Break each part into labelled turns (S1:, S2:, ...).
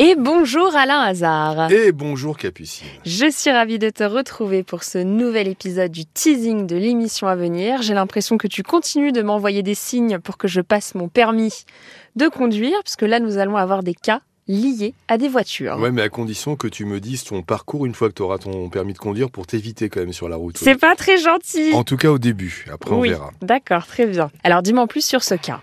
S1: Et bonjour Alain Hazard.
S2: Et bonjour Capucine.
S1: Je suis ravie de te retrouver pour ce nouvel épisode du teasing de l'émission à venir. J'ai l'impression que tu continues de m'envoyer des signes pour que je passe mon permis de conduire, parce que là nous allons avoir des cas liés à des voitures.
S2: Ouais, mais à condition que tu me dises ton parcours une fois que tu auras ton permis de conduire pour t'éviter quand même sur la route.
S1: C'est pas très gentil.
S2: En tout cas au début, après on
S1: oui,
S2: verra.
S1: d'accord, très bien. Alors dis-moi en plus sur ce cas.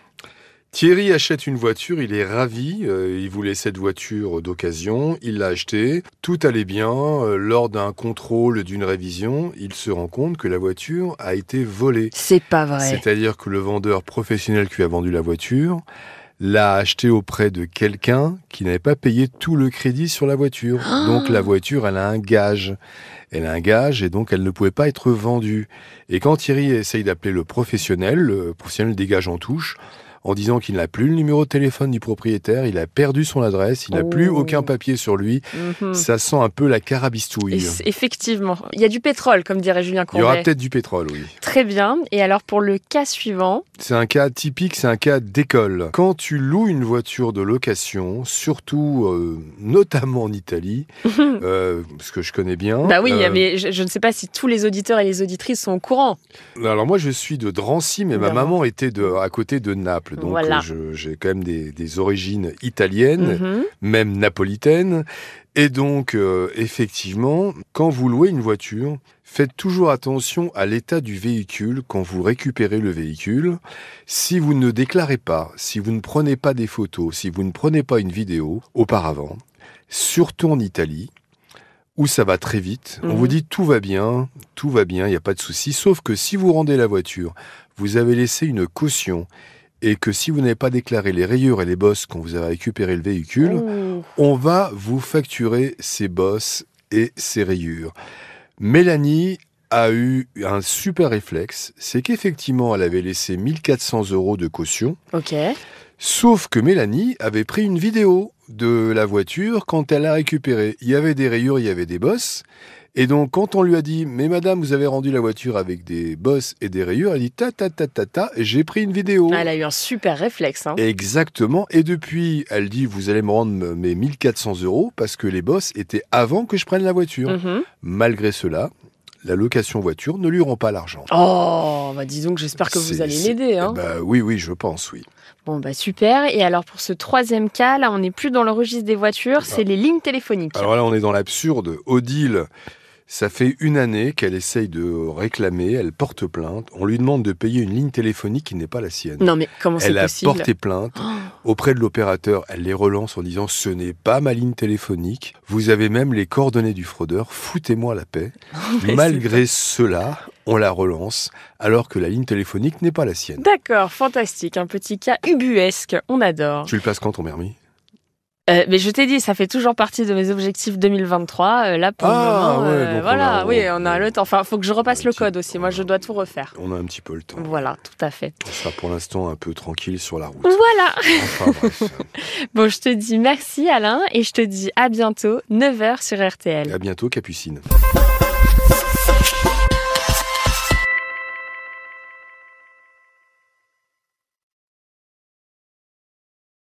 S2: Thierry achète une voiture, il est ravi, euh, il voulait cette voiture d'occasion, il l'a achetée, tout allait bien, euh, lors d'un contrôle, d'une révision, il se rend compte que la voiture a été volée.
S1: C'est pas vrai.
S2: C'est-à-dire que le vendeur professionnel qui lui a vendu la voiture l'a acheté auprès de quelqu'un qui n'avait pas payé tout le crédit sur la voiture.
S1: Ah.
S2: Donc la voiture, elle a un gage. Elle a un gage et donc elle ne pouvait pas être vendue. Et quand Thierry essaye d'appeler le professionnel, le professionnel dégage en touche en disant qu'il n'a plus le numéro de téléphone du propriétaire, il a perdu son adresse, il n'a
S1: Oh.
S2: plus aucun papier sur lui.
S1: Mhm.
S2: Ça sent un peu la
S1: Et
S2: carabistouille.
S1: c'est- Effectivement, il y a du pétrole, comme dirait Julien
S2: Il y aura
S1: Courbet.
S2: peut-être du pétrole, oui.
S1: Très bien. Et alors pour le cas suivant,
S2: C'est un cas typique, c'est un cas d'école. Quand tu loues une voiture de location, surtout, euh, notamment en Italie, euh, ce que je connais bien.
S1: bah oui,
S2: euh,
S1: mais je, je ne sais pas si tous les auditeurs et les auditrices sont au courant.
S2: Alors moi, je suis de Drancy, mais ma
S1: D'accord.
S2: maman était de, à côté de Naples, donc
S1: Voilà.
S2: euh, je- j'ai quand même des, des origines italiennes,
S1: Mhm.
S2: même napolitaines. Et donc, euh, effectivement, quand vous louez une voiture, faites toujours attention à l'état du véhicule quand vous récupérez le véhicule. Si vous ne déclarez pas, si vous ne prenez pas des photos, si vous ne prenez pas une vidéo auparavant, surtout en Italie, où ça va très vite, on
S1: Mhm.
S2: vous dit tout va bien, tout va bien, il n'y a pas de souci, sauf que si vous rendez la voiture, vous avez laissé une caution, et que si vous n'avez pas déclaré les rayures et les bosses quand vous avez récupéré le véhicule,
S1: Ouh.
S2: on va vous facturer ses bosses et ses rayures. Mélanie a eu un super réflexe, c'est qu'effectivement elle avait laissé 1400 euros de caution,
S1: Ok.
S2: sauf que Mélanie avait pris une vidéo de la voiture quand elle l'a récupérée. Il y avait des rayures, il y avait des bosses, et donc quand on lui a dit « Mais madame, vous avez rendu la voiture avec des bosses et des rayures », elle dit « Ta ta ta ta ta, j'ai pris une vidéo ».
S1: Ah, Elle a eu un super réflexe. hein.
S2: Exactement. Et depuis, elle dit Vous allez me rendre me- mes 1400 euros parce que les bosses étaient avant que je prenne la voiture.
S1: Mhm.
S2: Malgré cela, la location voiture ne lui rend pas l'argent.
S1: Oh, bah dis donc, j'espère que vous
S2: C'est-
S1: allez
S2: c'est-
S1: l'aider. hein.
S2: Eh ben, oui, oui, je pense, oui.
S1: Bon, bah super. Et alors pour ce troisième cas, là, on n'est plus dans le registre des voitures, c'est les lignes téléphoniques.
S2: Alors là, on est dans l'absurde. Odile, ça fait une année qu'elle essaye de réclamer elle porte plainte. On lui demande de payer une ligne téléphonique qui n'est pas la sienne.
S1: Non, mais comment c'est
S2: Elle a
S1: possible
S2: porté plainte
S1: Oh.
S2: auprès de l'opérateur. Elle les relance en disant ce n'est pas ma ligne téléphonique. Vous avez même les coordonnées du fraudeur. Foutez-moi la paix.
S1: mais
S2: Malgré cela, on la relance alors que la ligne téléphonique n'est pas la sienne.
S1: D'accord, fantastique. Un petit cas ubuesque, on adore.
S2: Tu le passes quand ton permis
S1: Euh, mais je t'ai dit, ça fait toujours partie de mes objectifs 2023. Euh, là, pour
S2: Ah,
S1: le moment,
S2: ouais,
S1: euh,
S2: donc on
S1: voilà,
S2: a-
S1: oui, on a le temps. Enfin, faut que je repasse
S2: Un
S1: le
S2: petit-
S1: code aussi. Moi, je dois tout refaire.
S2: Oh On a un petit peu le temps.
S1: Voilà, tout à fait.
S2: On sera pour l'instant un peu tranquille sur la route.
S1: Voilà.
S2: Enfin bref.
S1: Bon, je te dis merci, Alain, et je te dis à bientôt, 9h sur RTL.
S2: À bientôt, Capucine.